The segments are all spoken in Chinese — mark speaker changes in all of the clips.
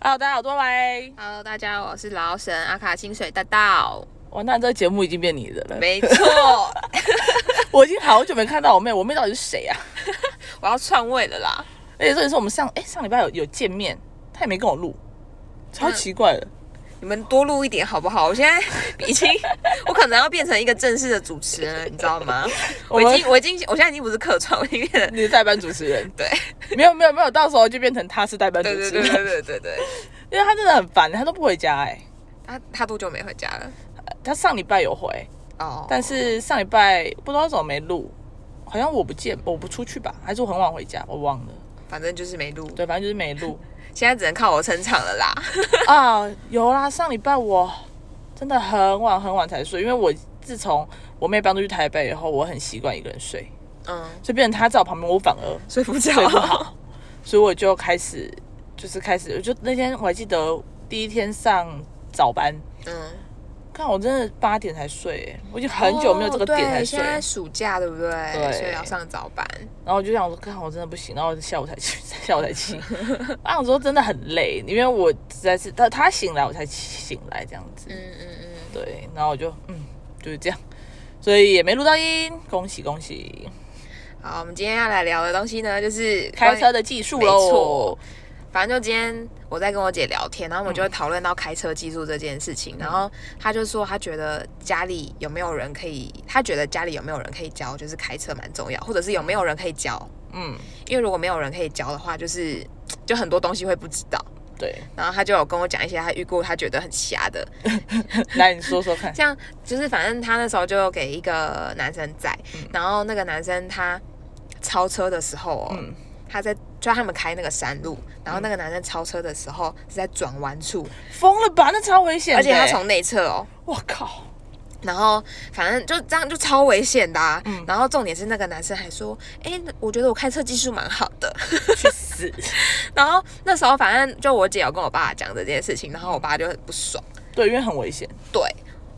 Speaker 1: Hello，大家啊好，多来。
Speaker 2: Hello，大家好，我是老沈阿卡清水大道，
Speaker 1: 完蛋，这个节目已经变你的了。
Speaker 2: 没错，
Speaker 1: 我已经好久没看到我妹，我妹到底是谁啊？
Speaker 2: 我要篡位了啦！
Speaker 1: 而且这也是我们上哎、上礼拜有有见面，她也没跟我录，超奇怪的。
Speaker 2: 你们多录一点好不好？我现在嗯已经，我可能要变成一个正式的主持人了，你知道吗？
Speaker 1: 我
Speaker 2: 我
Speaker 1: 们
Speaker 2: 已经，我已经，我现在已经不是客串，我已经变成？
Speaker 1: 你是代班主持人
Speaker 2: 对
Speaker 1: 没有没有没有，到时候就变成她是代班主
Speaker 2: 对
Speaker 1: 持
Speaker 2: 对
Speaker 1: 人，
Speaker 2: 对对对对对。
Speaker 1: 因为她真的很烦，她都不回家哎、
Speaker 2: 他他多久没回家了？
Speaker 1: 她上礼拜有回，
Speaker 2: 哦，
Speaker 1: 但是上礼拜不知道怎么没录，好像我不见我不出去吧，还是我很晚回家，我忘了。
Speaker 2: 反正就是没录，
Speaker 1: 对，反正就是没录
Speaker 2: 现在只能靠我撑场了啦。
Speaker 1: 啊。有啦，上礼拜我真的很晚很晚才睡，因为我自从我妹搬出去台北以后，我很习惯一个人睡，
Speaker 2: 嗯，
Speaker 1: 所以变成她在我旁边，我反而
Speaker 2: 睡不着
Speaker 1: 睡不好，所以我就开始就是开始，我就那天我还记得第一天上早班。
Speaker 2: 嗯，
Speaker 1: 看，我真的八点才睡、欸，我已经很久没有这个点
Speaker 2: 哦
Speaker 1: 才睡
Speaker 2: 对现
Speaker 1: 了，
Speaker 2: 在暑假对不对？
Speaker 1: 对
Speaker 2: 所以要上早班。
Speaker 1: 然后我就想说，看我真的不行，然后我下午才起， 下午才起。啊，我说真的很累，因为我实在是他他醒来我才醒来这样子，
Speaker 2: 嗯嗯嗯。
Speaker 1: 对，然后我就嗯就是这样，所以也没录到音，恭喜恭喜！
Speaker 2: 好，我们今天要来聊的东西呢，就是
Speaker 1: 开车
Speaker 2: 关于。
Speaker 1: 的技术
Speaker 2: 没
Speaker 1: 喽
Speaker 2: 错，反正就今天我在跟我姐聊天，然后我们就会讨论到开车技术这件事情。然后她就说，她觉得家里有没有人可以，她觉得家里有没有人可以教，就是开车蛮重要，或者是有没有人可以教。
Speaker 1: 嗯，
Speaker 2: 因为如果没有人可以教的话，就是就很多东西会不知道。
Speaker 1: 对，
Speaker 2: 然后她就有跟我讲一些她遇过她觉得很瞎的，
Speaker 1: 来你说说看，
Speaker 2: 像就是反正他那时候就给一个男生载，然后那个男生他超车的时候、哦，
Speaker 1: 嗯
Speaker 2: 他在就他们开那个山路，然后那个男生超车的时候是在转弯处，
Speaker 1: 疯了吧？那超危险的，
Speaker 2: 而且他从内侧哦。
Speaker 1: 我靠，
Speaker 2: 然后反正就这样就超危险的、啊，
Speaker 1: 嗯
Speaker 2: 然后重点是那个男生还说，哎，我觉得我开车技术蛮好的。
Speaker 1: 去死！
Speaker 2: 然后那时候反正就我姐有跟我爸讲这件事情，然后我爸就很不爽。
Speaker 1: 对，因为很危险，
Speaker 2: 对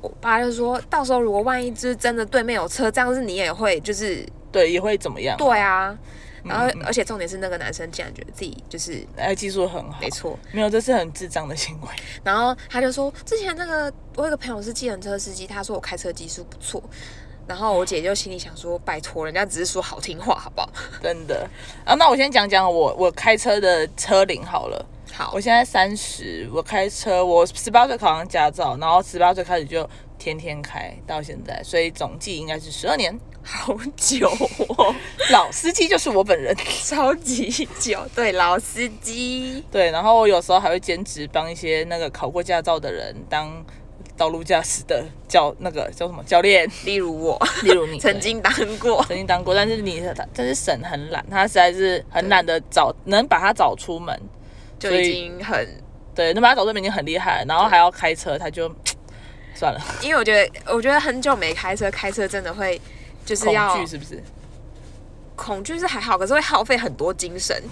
Speaker 2: 我爸就说，到时候如果万一就是真的对面有车，这样子你也会就是
Speaker 1: 对，也会怎么样？
Speaker 2: 对啊，然后、而且重点是那个男生竟然觉得自己就是
Speaker 1: 哎，技术很好
Speaker 2: 没，错，
Speaker 1: 没有，这是很智障的行为。
Speaker 2: 然后他就说之前那个我有个朋友是计程车司机，他说我开车技术不错。然后我姐就心里想说：“拜托，人家只是说好听话，好不好
Speaker 1: 真的啊，那我先讲讲我我开车的车龄好了。？”
Speaker 2: 好
Speaker 1: 我，现在三十，我开车，我十八岁考上驾照，然后十八岁开始就天天开到现在，所以总计应该是十二年。
Speaker 2: 好久、哦，
Speaker 1: 老司机就是我本人。
Speaker 2: 超级久。对，老司机，
Speaker 1: 对，然后我有时候还会兼职帮一些那个考过驾照的人当道路驾驶的教那个叫什么教练，
Speaker 2: 例如我
Speaker 1: 例如你
Speaker 2: 曾
Speaker 1: 对
Speaker 2: 经当过，
Speaker 1: 曾经当过，但是你但是沈很懒，他实在是很懒得找能把他找出门，
Speaker 2: 就
Speaker 1: 所以
Speaker 2: 已经很，
Speaker 1: 对，能把他找出门已经很厉害了，然后还要开车，他就算了，
Speaker 2: 因为我觉得，我觉得很久没开车，开车真的会就是
Speaker 1: 恐
Speaker 2: 要
Speaker 1: 惧是不是？
Speaker 2: 恐惧是还好，可是会耗费很多精神。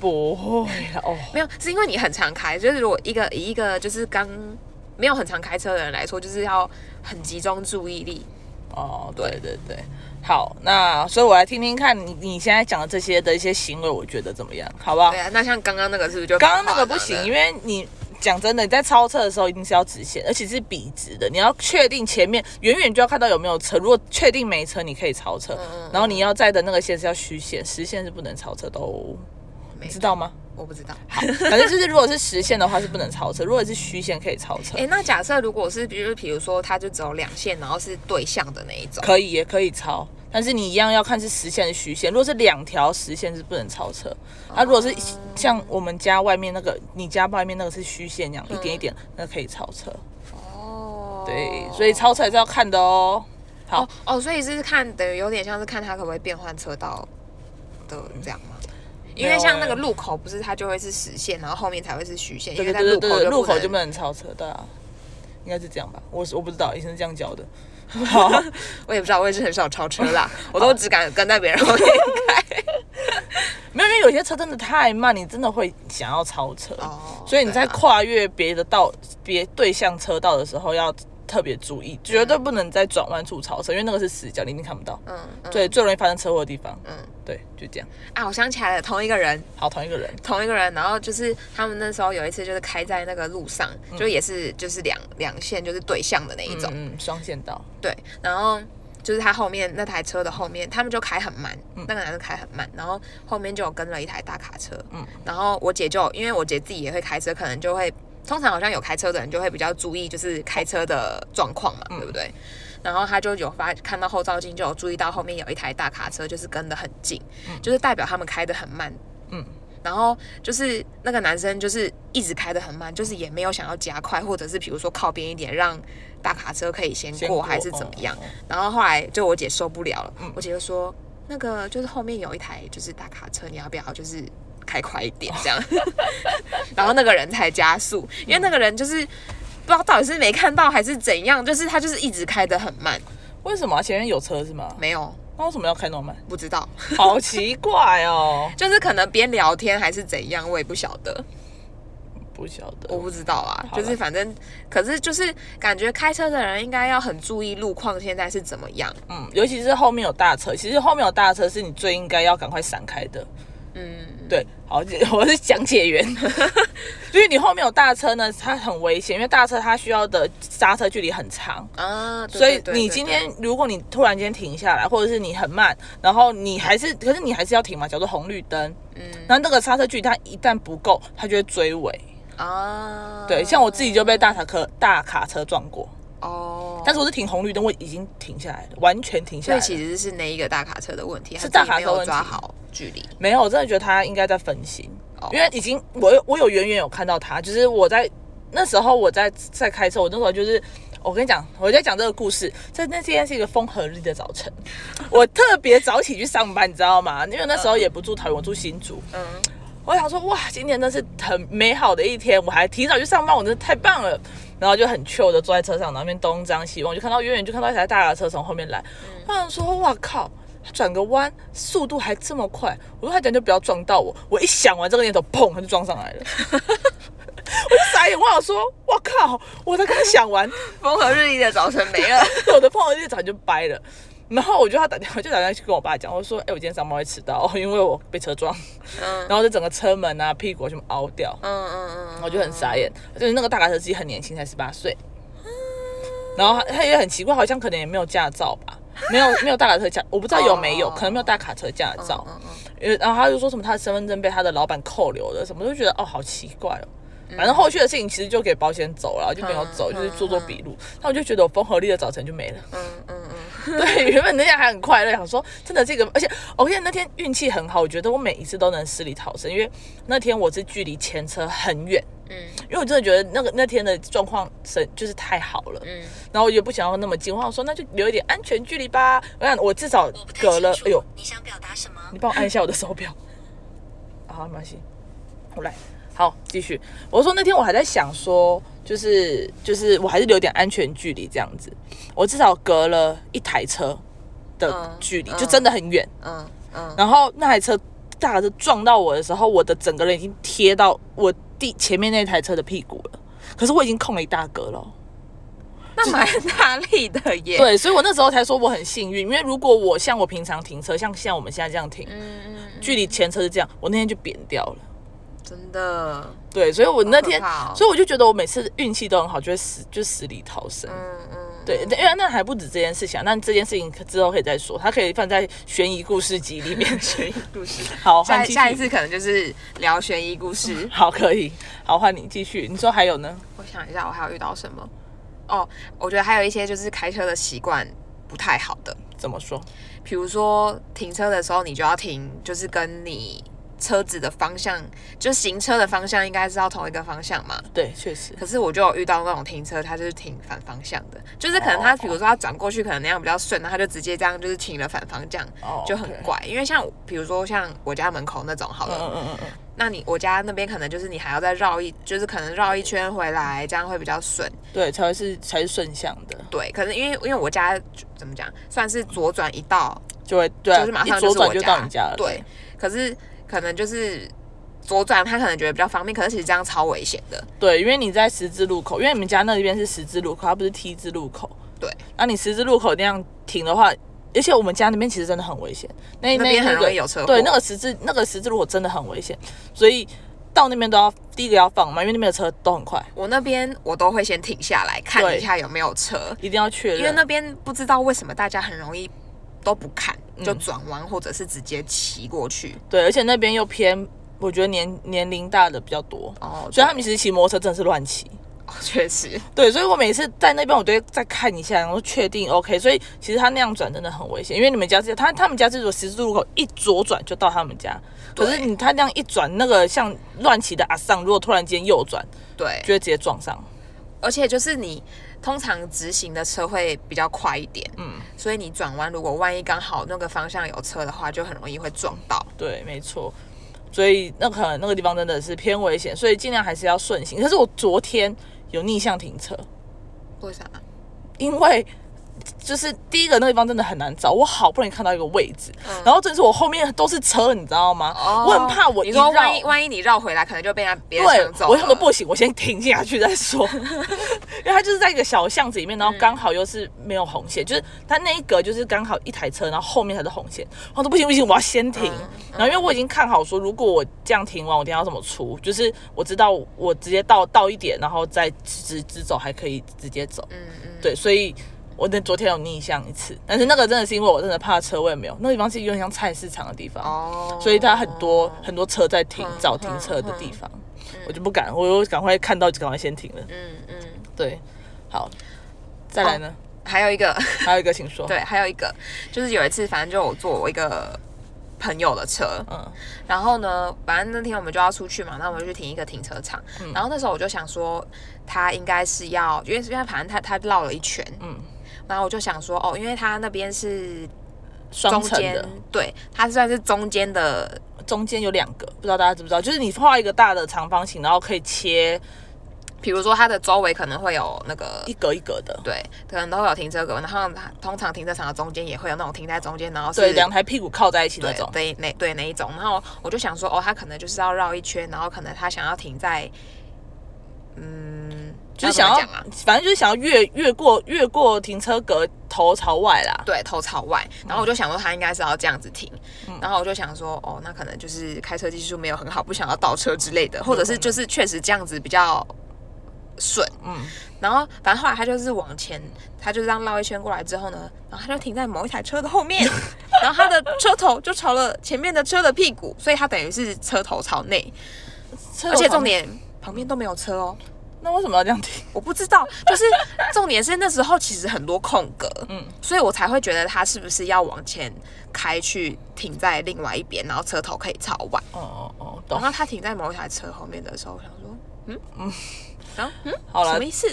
Speaker 1: 不会啦，哦，
Speaker 2: 没有，是因为你很常开，就是如果一个以一个就是刚没有很常开车的人来说，就是要很集中注意力。
Speaker 1: 哦，对对对，好，那所以我来听听看你你现在讲的这些的一些行为，我觉得怎么样，好不好
Speaker 2: 对？啊，那像刚刚那个是不是就
Speaker 1: 刚刚那个不
Speaker 2: 蛮
Speaker 1: 行，
Speaker 2: 夸张
Speaker 1: 因为你讲真的，你在超车的时候一定是要直线，而且是笔直的，你要确定前面远远就要看到有没有车，如果确定没车，你可以超
Speaker 2: 嗯
Speaker 1: 车，然后你要在的那个线是要虚线，实线是不能超车的哦，
Speaker 2: 的？没
Speaker 1: 知道吗？
Speaker 2: 我不知道。
Speaker 1: 反正就是如果是实线的话是不能超车，如果是虚线可以超车
Speaker 2: 哎、，那假设如果是比如比如说它就只有两线，然后是对向的那一种，
Speaker 1: 可以也可以超，但是你一样要看是实线还是虚线。如果是两条实线是不能超车，啊，如果是
Speaker 2: 哦
Speaker 1: 像我们家外面那个，你家外面那个是虚线，这样一点一点，那可以超车。
Speaker 2: 嗯哦，
Speaker 1: 对，所以超车还是要看的哦。好
Speaker 2: 哦，哦，所以是看等于有点像是看它可不可以变换车道的这样吗？因
Speaker 1: 没
Speaker 2: 为
Speaker 1: 有
Speaker 2: 像
Speaker 1: 欸
Speaker 2: 那个路口，不是它就会是实线，然后后面才会是虚线，因
Speaker 1: 对对
Speaker 2: 为在
Speaker 1: 对
Speaker 2: 路
Speaker 1: 对
Speaker 2: 口
Speaker 1: 对，
Speaker 2: 就
Speaker 1: 路口
Speaker 2: 能
Speaker 1: 就不能超车，对啊，应该是这样吧？我是我不知道，医生是这样教的。好，
Speaker 2: 我也不知道，我也是很少超车啦，我都只敢跟在别人后面开。
Speaker 1: 没有，因为有些车真的太慢，你真的会想要超车。
Speaker 2: 哦
Speaker 1: 所以你在
Speaker 2: 对啊
Speaker 1: 跨越别的道、别对向车道的时候，要特别注
Speaker 2: 嗯
Speaker 1: 意，绝对不能在转弯处超车，因为那个是死角，你一定看不到。
Speaker 2: 嗯，嗯
Speaker 1: 对，最容易发生车祸的地方。
Speaker 2: 嗯
Speaker 1: 对，就这样。
Speaker 2: 啊，我想起来了，同一个人，
Speaker 1: 好，同一个人。
Speaker 2: 同一个人，然后就是他们那时候有一次就是开在那个路上，就也是就是两两线就是对向的那一种，
Speaker 1: 嗯嗯，嗯双线道。
Speaker 2: 对，然后就是他后面那台车的后面，他们就开很慢，
Speaker 1: 嗯
Speaker 2: 那个男的开很慢，然后后面就有跟了一台大卡车，
Speaker 1: 嗯
Speaker 2: 然后我姐就因为我姐自己也会开车，可能就会通常好像有开车的人就会比较注意就是开车的状况嘛，
Speaker 1: 嗯
Speaker 2: 对不对？然后他就有发看到后照镜，就有注意到后面有一台大卡车，就是跟得很近，就是代表他们开得很慢，
Speaker 1: 嗯，
Speaker 2: 然后就是那个男生就是一直开得很慢，就是也没有想要加快，或者是比如说靠边一点，让大卡车可以先过，
Speaker 1: 先过
Speaker 2: 还是怎么样。
Speaker 1: 哦哦嗯
Speaker 2: 然后后来就我姐受不了了，我姐就说那个就是后面有一台就是大卡车，你要不要就是开快一点 这样？然后那个人才加速，因为那个人就是。不知道到底是没看到还是怎样，就是他就是一直开得很慢，
Speaker 1: 为什么啊前面有车是吗？
Speaker 2: 没有
Speaker 1: 那为什么要开那么慢？
Speaker 2: 不知道，
Speaker 1: 好奇怪哦，
Speaker 2: 就是可能边聊天还是怎样，我也不晓得。
Speaker 1: 不晓得。
Speaker 2: 我不知道啊，
Speaker 1: 好
Speaker 2: 就
Speaker 1: 啦
Speaker 2: 是反正，可是就是感觉开车的人应该要很注意路况现在是怎么样。
Speaker 1: 嗯，尤其是后面有大车，其实后面有大车是你最应该要赶快闪开的。
Speaker 2: 嗯，
Speaker 1: 对，好， 我是讲解 员，因为你后面有大车呢，它很危险，因为大车它需要的刹车距离很长，
Speaker 2: 啊，对
Speaker 1: 所以
Speaker 2: 对对
Speaker 1: 你
Speaker 2: 对
Speaker 1: 今
Speaker 2: 对
Speaker 1: 天如果你突然间停下来，或者是你很慢，然后你还是，可是你还是要停嘛，叫做红绿灯，
Speaker 2: 嗯
Speaker 1: 那那个刹车距离它一旦不够，它就会追尾。
Speaker 2: 啊，
Speaker 1: 对，像我自己就被大卡车大卡车撞过，
Speaker 2: 哦，
Speaker 1: 但是我是停红绿灯，我已经停下来了，完全停下来
Speaker 2: 所以
Speaker 1: 了。
Speaker 2: 其实是那一个大卡车的问题，
Speaker 1: 是
Speaker 2: 他自己
Speaker 1: 大卡
Speaker 2: 没
Speaker 1: 车
Speaker 2: 有
Speaker 1: 问
Speaker 2: 抓
Speaker 1: 题
Speaker 2: 好距离。
Speaker 1: 没有，我真的觉得他应该在分心，
Speaker 2: 哦
Speaker 1: 因为已经我有我有远远有看到他，就是我在那时候我在在开车，我那时候就是。我跟你讲，我在讲这个故事。在那天是一个风和日丽的早晨，我特别早起去上班，你知道吗？因为那时候也不住桃园，我住新竹。
Speaker 2: 嗯
Speaker 1: 我想说，哇，今天真是很美好的一天，我还提早去上班，我真的太棒了。然后就很 chill 的坐在车上，然后那边东张西望，就看到远远就看到一台大卡车从后面来，我想说，哇靠，它转个弯速度还这么快，我说他等就不要撞到我。我一想完这个念头，砰，他就撞上来了。 我就傻眼，我想说，我靠！我才刚想完，
Speaker 2: 风和日丽的早晨没了。
Speaker 1: 我的朋友一早就掰了，然后我就要打电话，我就打电话去跟我爸讲，我说，哎、我今天上班会迟到，哦因为我被车撞，
Speaker 2: 嗯
Speaker 1: 然后就整个车门啊、屁股啊全部凹掉。
Speaker 2: 嗯嗯嗯，
Speaker 1: 我就很傻眼，就是那个大卡车司机很年轻，才十八岁，然后他他也很奇怪，好像可能也没有驾照吧，没有没有大卡车驾，我不知道有没有，
Speaker 2: 哦
Speaker 1: 可能没有大卡车驾照，
Speaker 2: 嗯嗯
Speaker 1: 因为然后他就说什么他的身份证被他的老板扣留了，什么就觉得哦好奇怪哦。反正后续的事情其实就给保险走了，就没有走，
Speaker 2: 嗯
Speaker 1: 就是做做笔录。那我就觉得我风和日丽的早晨就没了。
Speaker 2: 嗯嗯 嗯
Speaker 1: 对，原本那天还很快乐，想说真的这个，而且我跟你讲那天运气很好，我觉得我每一次都能死里逃生，因为那天我是距离前车很远，
Speaker 2: 嗯
Speaker 1: 因为我真的觉得那个那天的状况神就是太好了，
Speaker 2: 嗯
Speaker 1: 然后我也不想要那么近，我想说那就留一点安全距离吧。我想我至少
Speaker 3: 我不太
Speaker 1: 隔了
Speaker 3: 清，楚
Speaker 1: 哎呦，
Speaker 3: 你想表达什么
Speaker 1: 你？帮我按一下我的手表。 好，没关系，我来。好，继续。我说那天我还在想说，就是就是我还是留点安全距离这样子，我至少隔了一台车的
Speaker 2: 嗯
Speaker 1: 距离，
Speaker 2: 嗯
Speaker 1: 就真的很远。
Speaker 2: 嗯嗯
Speaker 1: 然后那台车大卡车撞到我的时候，我的整个人已经贴到我第前面那台车的屁股了。可是我已经空了一大格了，
Speaker 2: 那 蛮大力的耶。，
Speaker 1: 对，所以我那时候才说我很幸运，因为如果我像我平常停车，像像我们现在这样停，
Speaker 2: 嗯嗯嗯，
Speaker 1: 距离前车是这样，我那天就扁掉了。
Speaker 2: 真的。
Speaker 1: 对，所以我那
Speaker 2: 好可
Speaker 1: 天，
Speaker 2: 怕哦
Speaker 1: 所以我就觉得我每次运气都很好，就会死就死里逃生。
Speaker 2: 嗯嗯，
Speaker 1: 对，因为那还不止这件事情、啊，那这件事情可之后可以再说，它可以放在悬疑故事集里面。悬疑
Speaker 2: 故事。
Speaker 1: 好，换
Speaker 2: 下
Speaker 1: 继续
Speaker 2: 下一次可能就是聊悬疑故事。
Speaker 1: 好可以，好换你继续。你说还有呢？
Speaker 2: 我想一下，我还有遇到什么？哦，我觉得还有一些就是开车的习惯不太好的，
Speaker 1: 怎么说？
Speaker 2: 比如说停车的时候，你就要停，就是跟你车子的方向，就行车的方向应该是要同一个方向嘛。
Speaker 1: 对，确实，
Speaker 2: 可是我就有遇到那种停车，它就是停反方向的，就是可能它
Speaker 1: 哦
Speaker 2: 比如说它转过去，可能那样比较顺，那它就直接这样就是停了反方向
Speaker 1: 哦，
Speaker 2: 就很
Speaker 1: OK
Speaker 2: 怪。因为像比如说像我家门口那种好
Speaker 1: 嗯
Speaker 2: 了，
Speaker 1: 嗯嗯嗯
Speaker 2: 那你我家那边可能就是你还要再绕一，就是可能绕一圈回来，这样会比较顺。
Speaker 1: 嗯，对，才会是才是顺向的，
Speaker 2: 对，可能因为因为我家就怎么讲，算是左转一道，
Speaker 1: 就会对啊、
Speaker 2: 就是马上
Speaker 1: 一左
Speaker 2: 是我
Speaker 1: 转就到你家了。
Speaker 2: 对，可是可能就是左转，他可能觉得比较方便，可是其实这样超危险的。
Speaker 1: 对，因为你在十字路口，因为你们家那边是十字路口，它不是 T 字路口。
Speaker 2: 对，
Speaker 1: 那你十字路口那样停的话，而且我们家那边其实真的很危险，那
Speaker 2: 那边很
Speaker 1: 个
Speaker 2: 容易有车祸
Speaker 1: 对，那个十字那个十字路口真的很危险，所以到那边都要第一个要放慢，因为那边的车都很快，
Speaker 2: 我那边我都会先停下来看
Speaker 1: 对
Speaker 2: 一下有没有车，
Speaker 1: 一定要确认。
Speaker 2: 因为那边不知道为什么大家很容易都不看就
Speaker 1: 嗯
Speaker 2: 转弯，或者是直接骑过去。
Speaker 1: 对，而且那边又偏，我觉得年年龄大的比较多，
Speaker 2: 哦，
Speaker 1: 所以他们其实骑摩托车真的是乱骑。
Speaker 2: 对 确实，
Speaker 1: 对，所以我每次在那边，我都会再看一下，然后确定 OK。所以其实他那样转真的很危险，因为你们家是他他们家这种十字路口一左转就到他们家，可是
Speaker 2: 对
Speaker 1: 你他那样一转，那个像乱骑的阿桑，如果突然间右转，
Speaker 2: 对，
Speaker 1: 就会直接撞上。
Speaker 2: 而且就是你通常直行的车会比较快一点，
Speaker 1: 嗯，
Speaker 2: 所以你转弯如果万一刚好那个方向有车的话，就很容易会撞到。
Speaker 1: 对，没错。所以那可能那个地方真的是偏危险，所以尽量还是要顺行。可是我昨天有逆向停车，
Speaker 2: 为啥？
Speaker 1: 因为就是第一个那个地方真的很难找，我好不容易看到一个位置，
Speaker 2: 嗯哦
Speaker 1: 然后真的是我后面都是车，你知道吗？我很怕我一
Speaker 2: 你说
Speaker 1: 绕
Speaker 2: 万一万一你绕回来，可能就被人家别人
Speaker 1: 对
Speaker 2: 抢，走了。
Speaker 1: 我想说不行，我先停下去再说， 因为它就是在一个小巷子里面，然后
Speaker 2: 嗯
Speaker 1: 刚好又是没有红线，就是它那一格就是刚好一台车，然后后面才是红线。我说不行不行，我要先停。
Speaker 2: 嗯
Speaker 1: 然后因为我已经看好说，如果我这样停完，我等一下要怎么出，就是我知道我直接到到一点，然后再直直走还可以直接走。
Speaker 2: 嗯嗯，
Speaker 1: 对，所以我那昨天有逆向一次，但是那个真的是因为我真的怕车位没有，那个地方是有点像菜市场的地方，
Speaker 2: 哦，
Speaker 1: 所以它很多很多车在停
Speaker 2: 嗯
Speaker 1: 找停车的地方，我就不敢，我又赶快看到就赶快先停了。
Speaker 2: 嗯嗯，
Speaker 1: 对，好，再来呢？
Speaker 2: 还有一个
Speaker 1: 还有一个，请说。，
Speaker 2: 对，还有一个就是有一次，反正就我坐我一个朋友的车，
Speaker 1: 嗯
Speaker 2: 然后呢，反正那天我们就要出去嘛，那我们就去停一个停车场。
Speaker 1: 嗯
Speaker 2: 然后那时候我就想说，他应该是要，因为因为反正他他绕了一圈，
Speaker 1: 嗯，
Speaker 2: 然后我就想说，哦，因为他那边是
Speaker 1: 双
Speaker 2: 中
Speaker 1: 层
Speaker 2: 间
Speaker 1: 的，，
Speaker 2: 对，他算是中间的，
Speaker 1: 中间有两个，不知道大家知不知道，就是你画一个大的长方形，然后可以切
Speaker 2: 比如说它的周围可能会有那个
Speaker 1: 一。格一格的。
Speaker 2: 对，可能都会有停车格，然后它通常停车场的中间也会有那种停在中间，然后是
Speaker 1: 对，两台屁股靠在一起那
Speaker 2: 对
Speaker 1: 种，
Speaker 2: 对那对那一种，然后我就想说，哦，他可能就是要绕一圈，然后可能他想要停在，嗯，
Speaker 1: 就是
Speaker 2: 怎
Speaker 1: 想
Speaker 2: 么
Speaker 1: 要
Speaker 2: 讲啊，，
Speaker 1: 反正就是想要越越过越过停车格，头朝外啦。
Speaker 2: 对，头朝外。然后我就想说，他应该是要这样子停。
Speaker 1: 嗯
Speaker 2: 然后我就想说，哦，那可能就是开车技术没有很好，不想要倒车之类的，或者是就是确实这样子比较顺。
Speaker 1: 嗯，
Speaker 2: 然后反正后来他就是往前，他就这样绕一圈过来之后呢，然后他就停在某一台车的后面， 然后他的车头就朝了前面的车的屁股，所以他等于是车头朝内，
Speaker 1: 车
Speaker 2: 而且
Speaker 1: 有旁
Speaker 2: 重，点旁边都没有车哦。
Speaker 1: 那为什么要这样停？
Speaker 2: 我不知道，就是重点是那时候其实很多空格，
Speaker 1: 嗯
Speaker 2: 嗯，所以我才会觉得他是不是要往前开去停在另外一边，然后车头可以朝外。
Speaker 1: 哦哦哦，
Speaker 2: 然
Speaker 1: 懂。
Speaker 2: 后他停在某一台车后面的时候，我想说，嗯嗯，然后嗯，
Speaker 1: 好
Speaker 2: 什
Speaker 1: 了
Speaker 2: 么，意思？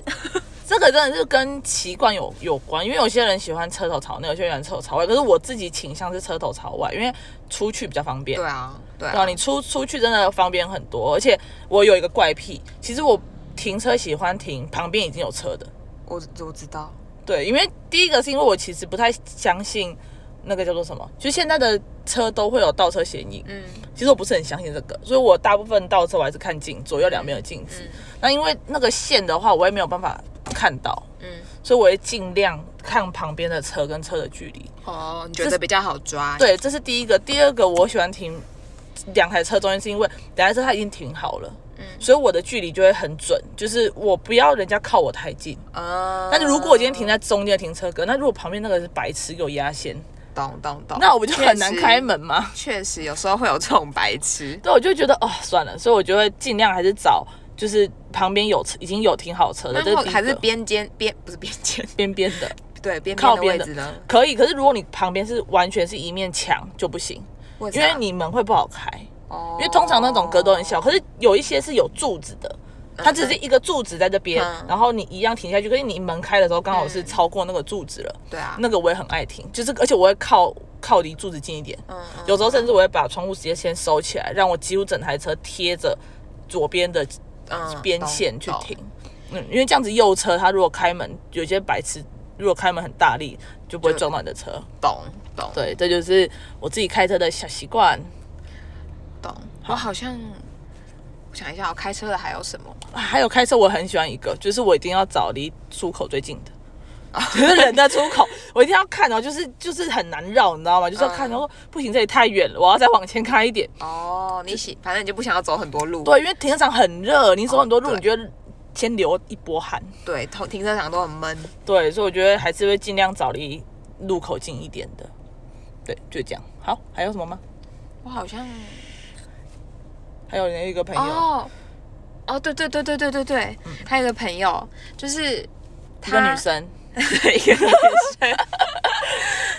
Speaker 1: 这个真的是跟习惯有有关，因为有些人喜欢车头朝内，有些人喜欢车头朝外。可是我自己倾向是车头朝外，因为出去比较方便。
Speaker 2: 对啊，对
Speaker 1: 对啊，
Speaker 2: 啊，
Speaker 1: 你出出去真的方便很多。而且我有一个怪癖，其实我停车喜欢停旁边已经有车的。
Speaker 2: 我我知道，
Speaker 1: 对，因为第一个是因为我其实不太相信那个叫做什么，就现在的车都会有倒车显影。
Speaker 2: 嗯
Speaker 1: 其实我不是很相信这个，所以我大部分倒车我还是看镜左右两边的镜
Speaker 2: 嗯
Speaker 1: 子。那因为那个线的话，我也没有办法看到，
Speaker 2: 嗯，
Speaker 1: 所以我会尽量看旁边的车跟车的距离。
Speaker 2: 哦，你觉得比较好抓？，
Speaker 1: 对，这是第一个。第二个，我喜欢停两台车中间，是因为两台车它已经停好了，
Speaker 2: 嗯
Speaker 1: 所以我的距离就会很准，就是我不要人家靠我太近。
Speaker 2: 嗯，
Speaker 1: 但是如果我今天停在中间的停车格，那如果旁边那个是白痴有压线，
Speaker 2: 懂懂懂，
Speaker 1: 那我不就很难
Speaker 2: 确实
Speaker 1: 开？门吗？
Speaker 2: 哦确实，有时候会有这种白痴，
Speaker 1: 对，我就觉得哦，算了，所以我就会尽量还是找就是旁边有车已经有停好车的，这
Speaker 2: 那
Speaker 1: 是
Speaker 2: 后
Speaker 1: 第一
Speaker 2: 还是
Speaker 1: 个
Speaker 2: 边间边不是边间，
Speaker 1: 边边的
Speaker 2: 对边边
Speaker 1: 靠
Speaker 2: 的
Speaker 1: 边
Speaker 2: 位
Speaker 1: 的
Speaker 2: 置呢？
Speaker 1: 可以。可是如果你旁边是完全是一面墙就不行，
Speaker 2: 为
Speaker 1: 因
Speaker 2: 啥哦
Speaker 1: 为，你门会不好开，
Speaker 2: 因
Speaker 1: 因为通常那种格都很小，，可是有一些是有柱子的。它只是一个柱子在这边，
Speaker 2: 嗯
Speaker 1: 然后你一样停下去，可是你门开的时候刚好是超过那个柱子了，
Speaker 2: 对啊，
Speaker 1: 那个我也很爱停，就是而且我会靠靠离柱子近一点，
Speaker 2: 嗯嗯
Speaker 1: 有时候甚至我会把窗户直接先收起来，让我几乎整台车贴着左边的
Speaker 2: 嗯
Speaker 1: 边线去，
Speaker 2: 懂
Speaker 1: 停。嗯，因为这样子右车它如果开门，有些白痴如果开门很大力，就不会
Speaker 2: 就
Speaker 1: 撞到你的车。
Speaker 2: 懂懂懂
Speaker 1: 对，这就是我自己开车的小习惯。
Speaker 2: 懂。我好像我想一下哦，开车的还有什么？
Speaker 1: 啊还有开车，我很喜欢一个，就是我一定要找离出口最 近的。
Speaker 2: 啊
Speaker 1: 就是人的出口，我一定要看哦，就是就是很难绕，你知道吗？就是要看，
Speaker 2: 嗯
Speaker 1: 然后不行，这里太远了，我要再往前开一点。
Speaker 2: 哦，你喜，反正你就不想要走很多路。
Speaker 1: 对，因为停车场很热，你走很多路，
Speaker 2: 哦对
Speaker 1: 你觉得先流一波汗。
Speaker 2: 对，停停车场都很闷。
Speaker 1: 对，所以我觉得还是会尽量找离路口近一点的。对，就这样。好，还有什么吗？
Speaker 2: 我好像
Speaker 1: 还有人有一个朋友，嗯
Speaker 2: 哦哦，对对对对对对对，还有一个朋友，就是
Speaker 1: 一个
Speaker 2: 他
Speaker 1: 女，生，
Speaker 2: 对，一个女生，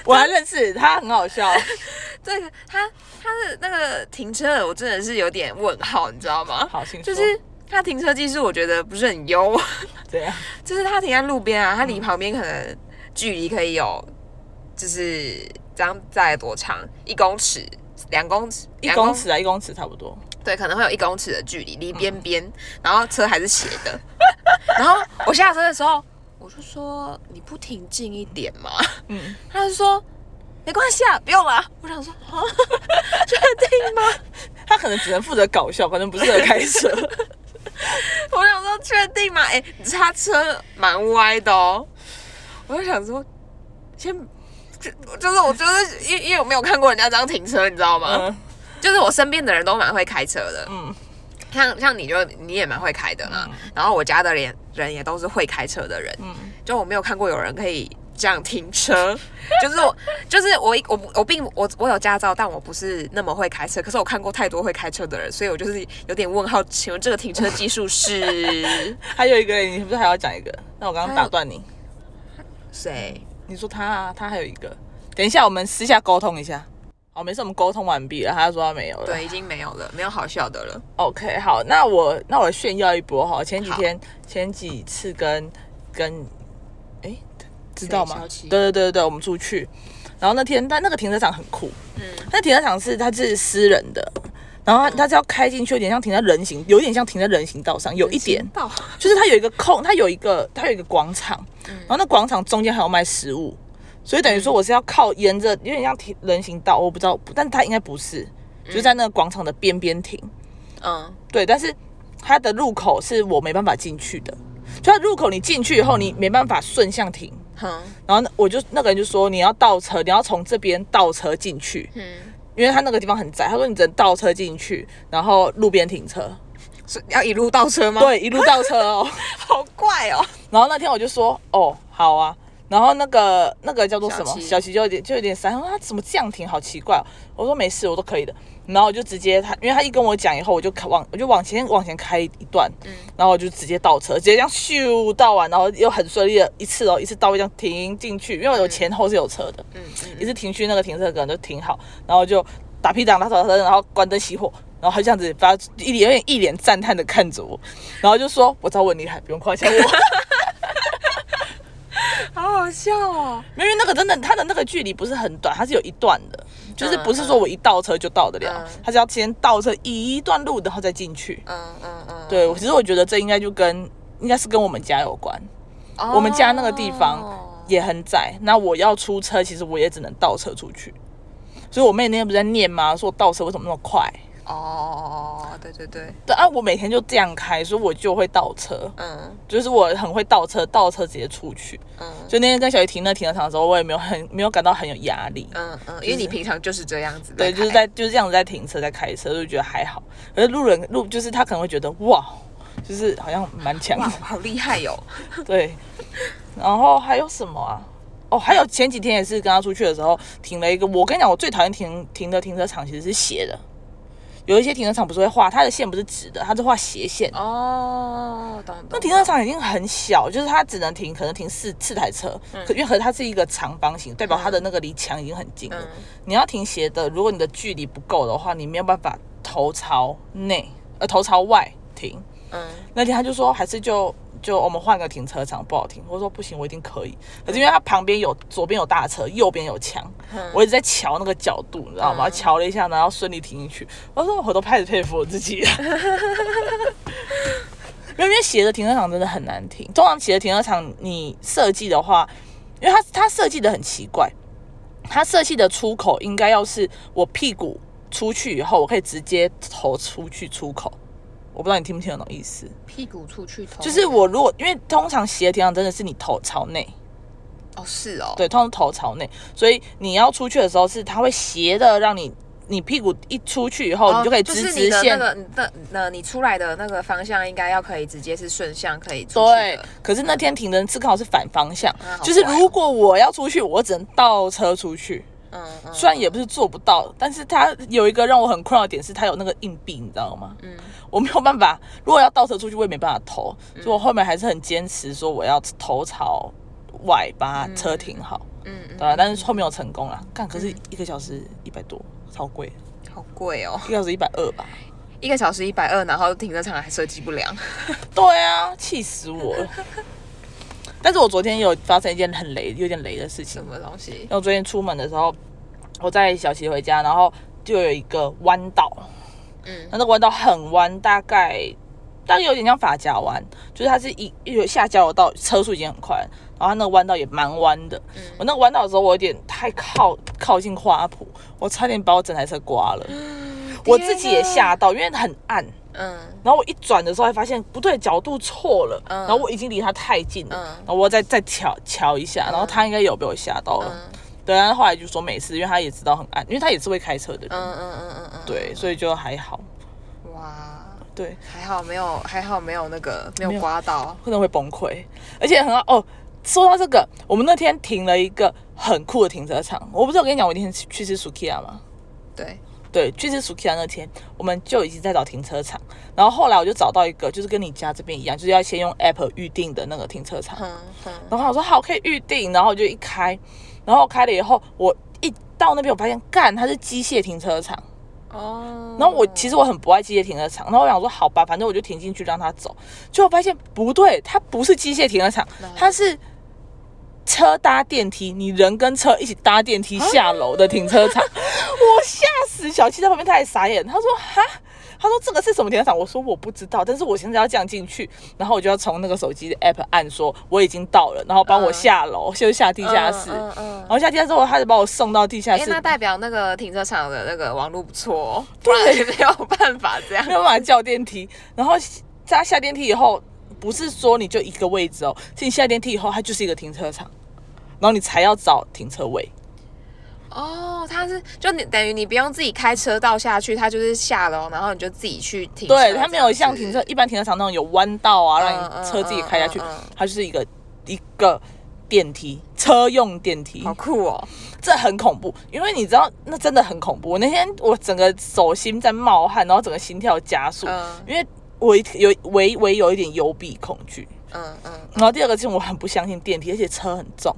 Speaker 1: 我还认识她，很好笑。
Speaker 2: 这个他他的那个停车，我真的是有点问号，你知道吗？
Speaker 1: 好，请说
Speaker 2: 就是他停车技术，我觉得不是很优，
Speaker 1: 这样，
Speaker 2: 就是他停在路边啊，他
Speaker 1: 嗯
Speaker 2: 离旁边可能距离可以有，就是这样大概多长？一公尺、两公尺、
Speaker 1: 一公，尺啊，一公尺差不多。
Speaker 2: 对，可能会有一公尺的距离，离边边，
Speaker 1: 嗯
Speaker 2: 然后车还是斜的。 然后我下车的时候，我就说你不停近一点吗？
Speaker 1: 嗯，
Speaker 2: 他就说没关系啊，不用了。我想说啊， 确定吗？
Speaker 1: 她可能只能负责搞笑，可能不适合开 车。
Speaker 2: 我想说确定吗？哎、他车蛮歪的哦。我就想说，先就就是我就是因为因为我没有看过人家这样停车，你知道吗？
Speaker 1: 嗯
Speaker 2: 就是我身边的人都蛮会开车的，
Speaker 1: 嗯，
Speaker 2: 像像你就你也蛮会开的嘛。然后我家的人人也都是会开车的人，
Speaker 1: 嗯
Speaker 2: 就我没有看过有人可以。这样停车， 就是我，就是我一，我不我并我我有驾照，但我不是那么会开车。可是我看过太多会开车的人，所以我就是有点问号。请问这个停车技术是？
Speaker 1: 还有一个人，你是不是还要讲一个？那我刚刚打断你，
Speaker 2: 谁？
Speaker 1: 你说他啊，他还有一个。等一下，我们私下沟通一下。好，没事，我们沟通完毕了。他说他没有了。
Speaker 2: 对，已经没有了，没有好笑的了。
Speaker 1: OK，好，那我那我炫耀一波哈。前几天前几次跟跟哎、知道吗
Speaker 2: 小？七
Speaker 1: 对对对对，我们出去，然后那天但那个停车场很酷，嗯，那停车场是它是私人的，然后它它是要开进去，有点像停在人行，有点像停在人行道上，有一点，
Speaker 2: 到
Speaker 1: 就是它有一个空，它有一个它有一个广场，然后那广场中间还有卖食物，所以等于说我是要靠沿着有点像停人行道，我不知道，但它应该不是，就是在那个广场的边边停。
Speaker 2: 嗯，
Speaker 1: 对，但是它的入口是我没办法进去的，就它入口你进去以后，你没办法顺向停。
Speaker 2: 哼，
Speaker 1: 然后那我就那个人就说你要倒车，你要从这边倒车进去，
Speaker 2: 嗯，
Speaker 1: 因为他那个地方很窄，他说你只能倒车进去，然后路边停车，
Speaker 2: 是要一路倒车吗？，
Speaker 1: 对，一路倒车哦。
Speaker 2: 好怪哦。
Speaker 1: 然后那天我就说哦，好啊。然后那个那个叫做什
Speaker 2: 小
Speaker 1: 么
Speaker 2: 齐
Speaker 1: 小齐就有点就有点傻，他说他啊怎么这样停，好奇怪、哦。我说没事，我都可以的。然后我就直接他，因为他一跟我讲以后，我就开往我就往前往前开一段，
Speaker 2: 嗯
Speaker 1: 然后我就直接倒车，直接这样咻倒完，然后又很顺利的一次哦，一次到位这样停进去，因为我有前后是有车的，
Speaker 2: 嗯嗯，
Speaker 1: 一次停去那个停车格就停好，然后就打屁档打扫车，然后关灯熄火，然后他这样子发一脸有点一脸赞叹的看着我，然后就说我知道我很厉害，不用夸奖 我。
Speaker 2: 好好笑哦。
Speaker 1: 没有因为那个真的，它的那个距离不是很短，它是有一段的，就是不是说我一倒车就到得了，
Speaker 2: 嗯
Speaker 1: 它是要先倒车一段路，然后再进去。
Speaker 2: 嗯嗯嗯，
Speaker 1: 对，其实我觉得这应该就跟应该是跟我们家有关，
Speaker 2: 哦
Speaker 1: 我们家那个地方也很窄，那我要出车，其实我也只能倒车出去。所以我妹那天不是在念吗？说我倒车为什么那么快？
Speaker 2: 哦，对对对，
Speaker 1: 对啊，我每天就这样开，所以我就会倒车，
Speaker 2: 嗯
Speaker 1: 就是我很会倒车，倒车直接出去。
Speaker 2: 嗯
Speaker 1: 所以那天跟小姨停那停车场的时候，我也没有很没有感到很有压力。
Speaker 2: 嗯嗯，因为你平常就是这样子，
Speaker 1: 对，就是，在就是这样子在停车在开车，就觉得还好。可是路人路就是他可能会觉得哇，就是好像蛮强
Speaker 2: 哇，好厉害哦 哟。
Speaker 1: 的，对。然后还有什么啊？哦，还有前几天也是跟他出去的时候停了一个，我跟你讲，我最讨厌停停的停车场其实是斜的，有一些停车场不是会画它的线不是直的，它是画斜线。
Speaker 2: 哦，懂懂。
Speaker 1: 那停车场已经很小，就是它只能停可能停四四台车，
Speaker 2: 嗯
Speaker 1: 可因为和它是一个长方形，代表它的那个离墙已经很近了。
Speaker 2: 嗯
Speaker 1: 你要停斜的，如果你的距离不够的话，你没有办法头朝内呃头朝外停。
Speaker 2: 嗯，
Speaker 1: 那天他就说还是就就我们换个停车场不好停，我说不行，我一定可以。可是因为它旁边有左边有大车，右边有墙，
Speaker 2: 嗯
Speaker 1: 我一直在瞧那个角度，你知道吗？瞧了一下，然后顺利停进去。我说我都开始佩服我自己了。因为斜的停车场真的很难停，通常斜的停车场你设计的话，因为它它设计的很奇怪，它设计的出口应该要是我屁股出去以后，我可以直接头出去出口。我不知道你听不听得懂意思。
Speaker 2: 屁股出去头，
Speaker 1: 就是我如果因为通常斜贴上真的是你头朝内，
Speaker 2: 哦是哦，
Speaker 1: 对，通常头朝内，所以你要出去的时候是它会斜的，让你你屁股一出去以后，
Speaker 2: 哦，
Speaker 1: 你就可以
Speaker 2: 是
Speaker 1: 直
Speaker 2: 你
Speaker 1: 直
Speaker 2: 的
Speaker 1: 线。
Speaker 2: 那个那那你出来的那个方向应该要可以直接是顺向可以出去
Speaker 1: 对
Speaker 2: 的，，
Speaker 1: 可是那天停的是刚好是反方向，
Speaker 2: 啊好
Speaker 1: 就是
Speaker 2: 怪哦
Speaker 1: 如果我要出去，我只能倒车出去。
Speaker 2: 嗯嗯，
Speaker 1: 虽然也不是做不到，但是它有一个让我很困扰的点是，它有那个硬币，你知道吗？
Speaker 2: 嗯
Speaker 1: 我没有办法，如果要倒车出去，我也没办法投，所以我后面还是很坚持说我要头朝外把车停好，
Speaker 2: 嗯嗯
Speaker 1: 对吧、啊但是后面有成功啦，干，可是一个小时一百多，超贵，
Speaker 2: 好贵哦，
Speaker 1: 一个小时一百二吧？
Speaker 2: 一个小时一百二，然后停车场还设计不良，
Speaker 1: 对啊，气死我 了。但是我昨天有发生一件很雷、有点雷的事情
Speaker 2: 什，么东西
Speaker 1: 因？为我昨天出门的时候，我在小琪回家，然后就有一个弯道，
Speaker 2: 嗯
Speaker 1: 那那个弯道很弯，大概大概有点像法夹弯，就是它是一有下交流道，车速已经很快了，然后它那个弯道也蛮弯的。
Speaker 2: 嗯
Speaker 1: 我那个弯道的时候，我有点太靠靠近花圃，我差点把我整台车刮了，
Speaker 2: 哦
Speaker 1: 我自己也吓到，因为很暗。
Speaker 2: 嗯
Speaker 1: 然后我一转的时候，还发现不对，角度错了。
Speaker 2: 嗯
Speaker 1: 然后我已经离他太近了，
Speaker 2: 嗯
Speaker 1: 然后我再再瞧瞧一下，然后他应该有被我吓到了。
Speaker 2: 嗯
Speaker 1: 对啊，后来就说没事，因为他也知道很暗，因为他也是会开车的人，
Speaker 2: 嗯嗯嗯嗯嗯，
Speaker 1: 对，所以就还好。
Speaker 2: 哇。
Speaker 1: 对，
Speaker 2: 还好没有，还好没有那个
Speaker 1: 没
Speaker 2: 没有
Speaker 1: 有
Speaker 2: 刮到，
Speaker 1: 可能会崩溃，而且很好哦。说到这个，我们那天停了一个很酷的停车场，我不是有跟你讲我那天去去吃 Sukiya 吗？
Speaker 2: 对，
Speaker 1: 对，去吃 Sukiya 那天，我们就已经在找停车场，然后后来我就找到一个，就是跟你家这边一样，就是要先用 App 预定的那个停车场。
Speaker 2: 哼哼，
Speaker 1: 然后我说好，可以预定，然后我就一开，然后开了以后，我一到那边，我发现干它是机械停车场，
Speaker 2: 哦
Speaker 1: 然后我其实我很不爱机械停车场，然后我想说好吧，反正我就停进去让它走，结果发现不对，它不是机械停车场
Speaker 2: 哪里，
Speaker 1: 它是车搭电梯，你人跟车一起搭电梯
Speaker 2: 啊
Speaker 1: 下楼的停 车场，我吓死小七在旁边，他也傻眼，他说哈。他说这个是什么停车场？我说我不知道，但是我现在要这样进去，然后我就要从那个手机的 app 按说我已经到了，然后帮我
Speaker 2: 嗯
Speaker 1: 下楼，就下地下室，
Speaker 2: 嗯嗯
Speaker 1: 然后下地下室之后，他就把我送到地下
Speaker 2: 哎、
Speaker 1: 室，
Speaker 2: 那代表那个停车场的那个网络不错、哦，不
Speaker 1: 对
Speaker 2: 然也没有办法这 样
Speaker 1: 没。有办法叫电梯。然后他下电梯以后，不是说你就一个位置哦，是你下电梯以后，它就是一个停车场，然后你才要找停车位。
Speaker 2: 哦，他是就你等于你不用自己开车道下去，他就是下楼，然后你就自己去停车。
Speaker 1: 对，它没有像停
Speaker 2: 这
Speaker 1: 车
Speaker 2: 样子，
Speaker 1: 一般停车场那种有弯道啊，
Speaker 2: 嗯
Speaker 1: 让你车自己开下去
Speaker 2: 嗯嗯嗯嗯，
Speaker 1: 它就是一个一个。电梯，车用电梯，
Speaker 2: 好酷哦！
Speaker 1: 这很恐怖，因为你知道，那真的很恐怖。我那天我整个手心在冒汗，然后整个心跳加速，
Speaker 2: 嗯
Speaker 1: 因为我有唯唯有一点幽闭恐惧。
Speaker 2: 嗯嗯，
Speaker 1: 然后第二个是我很不相信电梯，而且车很重。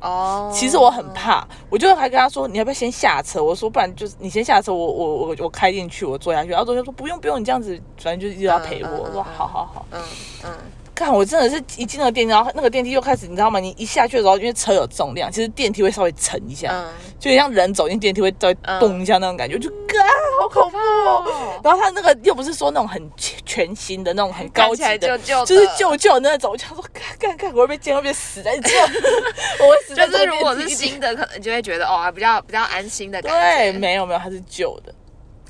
Speaker 2: 哦，
Speaker 1: 其实我很怕，我就还跟他说，你要不要先下车？我说不然就是你先下车，我我我我开进去，我坐下去。然后昨天说不用不用，你这样子反正就一直要陪我。
Speaker 2: 嗯嗯嗯
Speaker 1: 我说好好好。
Speaker 2: 嗯，嗯
Speaker 1: 看我真的是一进那个电梯，然后那个电梯又开始，你知道吗？你一下去的时候，因为车有重量，其实电梯会稍微沉一下，
Speaker 2: 嗯
Speaker 1: 就像人走进电梯会稍微动一下那种感觉，就嘎，好恐怖
Speaker 2: 哦
Speaker 1: 哦。然后他那个又不是说那种很全全新的那种很高级
Speaker 2: 看起来
Speaker 1: 的，
Speaker 2: 旧旧的
Speaker 1: 就是旧旧的那种。我就想说，看看看，我会被见会被死在这， 我会死在
Speaker 2: 就
Speaker 1: 这个
Speaker 2: 是如果
Speaker 1: 电
Speaker 2: 是
Speaker 1: 梯里
Speaker 2: 新的，可能就会觉得哦，还比较比较安心的感
Speaker 1: 对，
Speaker 2: 觉。
Speaker 1: 没有没有，它是旧的。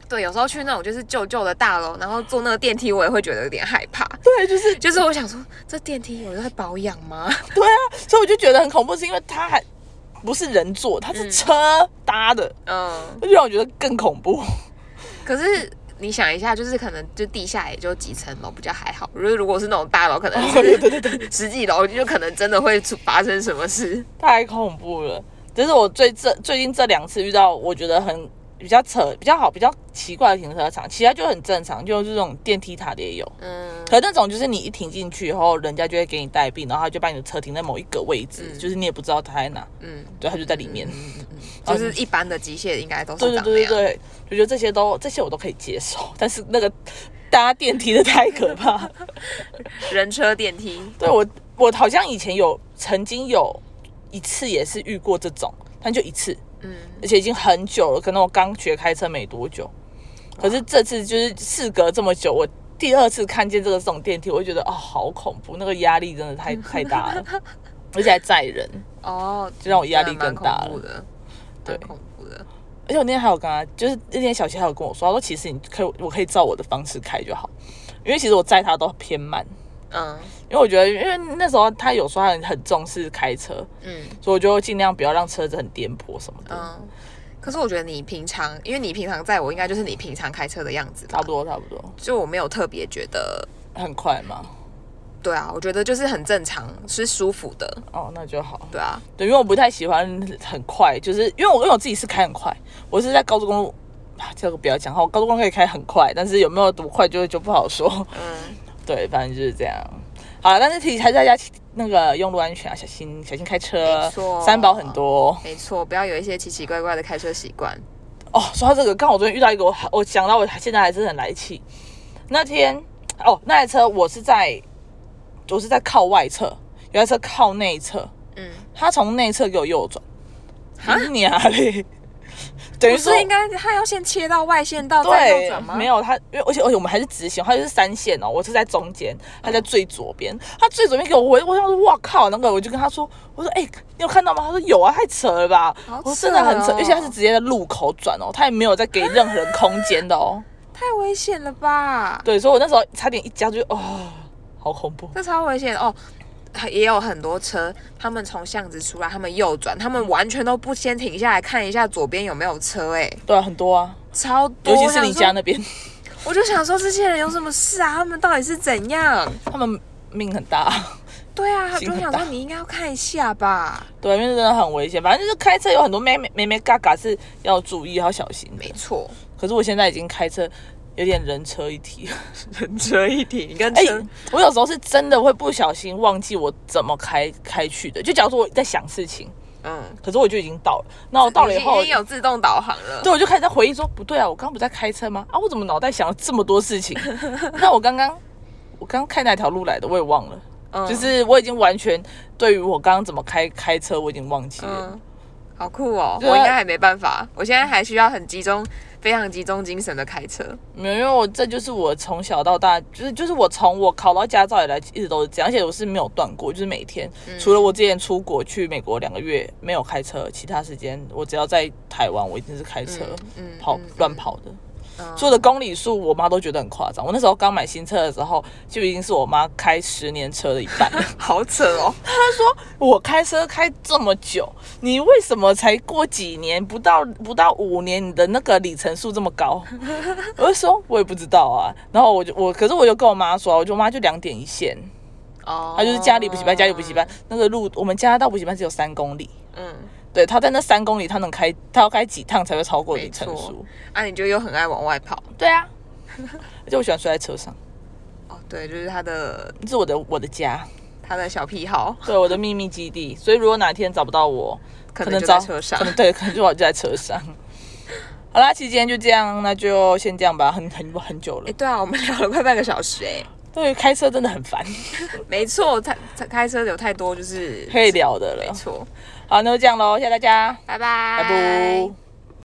Speaker 2: 对，有时候去那种就是旧旧的大楼，然后坐那个电梯，我也会觉得有点害怕。
Speaker 1: 对，就是
Speaker 2: 就是我想说，这电梯有在保养吗？
Speaker 1: 对啊，所以我就觉得很恐怖，是因为它还不是人坐，它是车搭的，
Speaker 2: 嗯，
Speaker 1: 那就让我觉得更恐怖。
Speaker 2: 可是你想一下，就是可能就地下也就几层楼，比较还好。如果如果是那种大楼，可能
Speaker 1: 哦对对对，
Speaker 2: 十几楼，就可能真的会出发生什么事。
Speaker 1: 太恐怖了。这是我最这最近这两次遇到，我觉得很比较扯、比较好、比较奇怪的停车场，其他就很正常，就是这种电梯塔的也有。
Speaker 2: 嗯
Speaker 1: 可那种就是你一停进去以后，人家就会给你带病，然后他就把你的车停在某一个位置，
Speaker 2: 嗯
Speaker 1: 就是你也不知道他在哪，
Speaker 2: 嗯，
Speaker 1: 对，他就在里面。
Speaker 2: 就是一般的机械应该都
Speaker 1: 对对
Speaker 2: 是长那
Speaker 1: 哦对对
Speaker 2: 样。
Speaker 1: 对，我觉得这些都这些我都可以接受，但是那个搭电梯的太可 怕。
Speaker 2: 人车电梯，
Speaker 1: 对我我好像以前有曾经有一次也是遇过这种，但就一次，
Speaker 2: 嗯，
Speaker 1: 而且已经很久了，可能我刚学开车没多久。可是这次就是事隔这么久，我第二次看见这个这种电梯，我就觉得哦好恐怖，那个压力真的太太大 了，而且还载人。
Speaker 2: 哦，
Speaker 1: 就让我压力
Speaker 2: 真的蛮
Speaker 1: 更大了
Speaker 2: 恐怖的，
Speaker 1: 对
Speaker 2: 蛮恐怖的。
Speaker 1: 而且我那天还有跟他，就是那天小七还有跟我说，他说其实你可以，我可以照我的方式开就好。因为其实我载他都偏慢，
Speaker 2: 嗯
Speaker 1: 因为我觉得，因为那时候他有说他很很重视开车，
Speaker 2: 嗯
Speaker 1: 所以我就尽量不要让车子很颠簸什么的，
Speaker 2: 嗯。可是我觉得你平常，因为你平常在我应该就是你平常开车的样子吧
Speaker 1: 差，不多差不多，嗯
Speaker 2: 就我没有特别觉得，
Speaker 1: 很快嘛。
Speaker 2: 对啊，我觉得就是很正常，是舒服的，
Speaker 1: 哦，那就好。
Speaker 2: 对啊，
Speaker 1: 对，因为我不太喜欢很快，就是因为我因为我自己是开很快，我是在高速公路，啊、这个不要讲哈，我高速公路可以开很快，但是有没有多快就就不好说。
Speaker 2: 嗯，
Speaker 1: 对，反正就是这样。好了，但是提还是大家那个用路安全啊，小心小心开
Speaker 2: 没
Speaker 1: 车
Speaker 2: 错，
Speaker 1: 三宝很多
Speaker 2: 没错，不要有一些奇奇怪怪的开车习惯，
Speaker 1: 哦。说到这个，刚好我昨天遇到一个，我我想到我现在还是很来气。那天哦，那台车我是在我是在靠外侧，有台车靠内侧，
Speaker 2: 嗯，
Speaker 1: 他从内侧给我右转，
Speaker 2: 哈
Speaker 1: 你啊嘞！ 等于
Speaker 2: 不
Speaker 1: 说
Speaker 2: 是应该他要先切到外线道再右
Speaker 1: 对
Speaker 2: 转，吗？
Speaker 1: 没，有他，因为而且而且我们还是直行，他就是三线哦，我是在中间，他
Speaker 2: 嗯
Speaker 1: 在最左边，他最左边给我回，我想说哇靠，那个我就跟他说，我说哎、你有看到吗？他说有啊，太扯了吧，
Speaker 2: 好
Speaker 1: 我说真的很扯，
Speaker 2: 扯哦
Speaker 1: 而且他是直接在路口转哦，他也没有在给任何人空间的哦，
Speaker 2: 太危险了吧？
Speaker 1: 对，所以我那时候差点一加就哦，好恐怖，
Speaker 2: 这超危险的哦。也有很多车，他们从巷子出来，他们右转，他们完全都不先停下来看一下左边有没有车、哎，
Speaker 1: 对啊，很多啊，
Speaker 2: 超多。
Speaker 1: 尤其是你家
Speaker 2: 的，
Speaker 1: 那边，
Speaker 2: 我就想说这些人有什么事啊？他们到底是怎样？
Speaker 1: 他们命很大。
Speaker 2: 对啊，我
Speaker 1: 心
Speaker 2: 就
Speaker 1: 很
Speaker 2: 想
Speaker 1: 大
Speaker 2: 说你应该要看一下吧。
Speaker 1: 对，因为真的很危险。反正就是开车有很多妹妹妹妹嘎嘎是要注意要小心的
Speaker 2: 没。 错，
Speaker 1: 可是我现在已经开车有点人车一 体了。
Speaker 2: 人车一体，你跟
Speaker 1: 哎、我有时候是真的会不小心忘记我怎么开开去的。就假如说我在想事情，
Speaker 2: 嗯，
Speaker 1: 可是我就已经到了，那我到了以后
Speaker 2: 已，经有自动导航了。
Speaker 1: 对，我就开始在回忆说，不对啊，我刚刚不在开车吗？啊，我怎么脑袋想了这么多事 情？那我刚刚我刚开哪条路来的，我也忘了。
Speaker 2: 嗯
Speaker 1: 就是我已经完全对于我刚刚怎么开开车，我已经忘记了。
Speaker 2: 嗯，好酷哦！
Speaker 1: 对啊
Speaker 2: 我应该还没办法，我现在还需要很集中、非常集中精神的开车。
Speaker 1: 没有，因为我这就是我从小到大，就是就是我从我考到驾照以来，一直都是这样，而且我是没有断过，就是每天，
Speaker 2: 嗯
Speaker 1: 除了我之前出国去美国两个月没有开车，其他时间我只要在台湾，我一定是开车、
Speaker 2: 嗯嗯
Speaker 1: 跑、
Speaker 2: 嗯
Speaker 1: 乱跑的。
Speaker 2: 嗯
Speaker 1: 所有的公里数，我妈都觉得很夸张。我那时候刚买新车的时候，就已经是我妈开十年车的一半了。
Speaker 2: 好扯哦！
Speaker 1: 我开车开这么久，你为什么才过几年，不到不到五年，你的那个里程数这么高？ 我就说，我也不知道啊。然后我就我，可是我就跟我妈说，我就妈就两点一线，
Speaker 2: 哦，
Speaker 1: 她就是家里补习班，家里补习班，那个路，我们家到补习班只有三公里。
Speaker 2: 嗯，
Speaker 1: 对，她在那三公里，她能开，她要开几趟才会超过里程
Speaker 2: 没错
Speaker 1: 数？
Speaker 2: 啊，你就又很爱往外跑。
Speaker 1: 对啊，而且我喜欢睡在车上，
Speaker 2: 哦，对，就是他的
Speaker 1: 这是我的我的家，
Speaker 2: 他的小癖好，
Speaker 1: 对我的秘密基地。所以如果哪天找不到我，
Speaker 2: 可
Speaker 1: 可
Speaker 2: 能
Speaker 1: 能
Speaker 2: 就在
Speaker 1: 早
Speaker 2: 车上
Speaker 1: 可。能对，可能就我就在车上。好啦，其实今天就这样，那就先这样吧，很很很久了
Speaker 2: 哎，。对啊，我们聊了快半个小时哎，
Speaker 1: 对，开车真的很烦，
Speaker 2: 没错，他他开车有太多就是
Speaker 1: 可以聊的了
Speaker 2: 没。错，
Speaker 1: 好，那就这样喽，谢谢大家，
Speaker 2: 拜
Speaker 1: 哦
Speaker 2: 拜，
Speaker 1: 拜拜。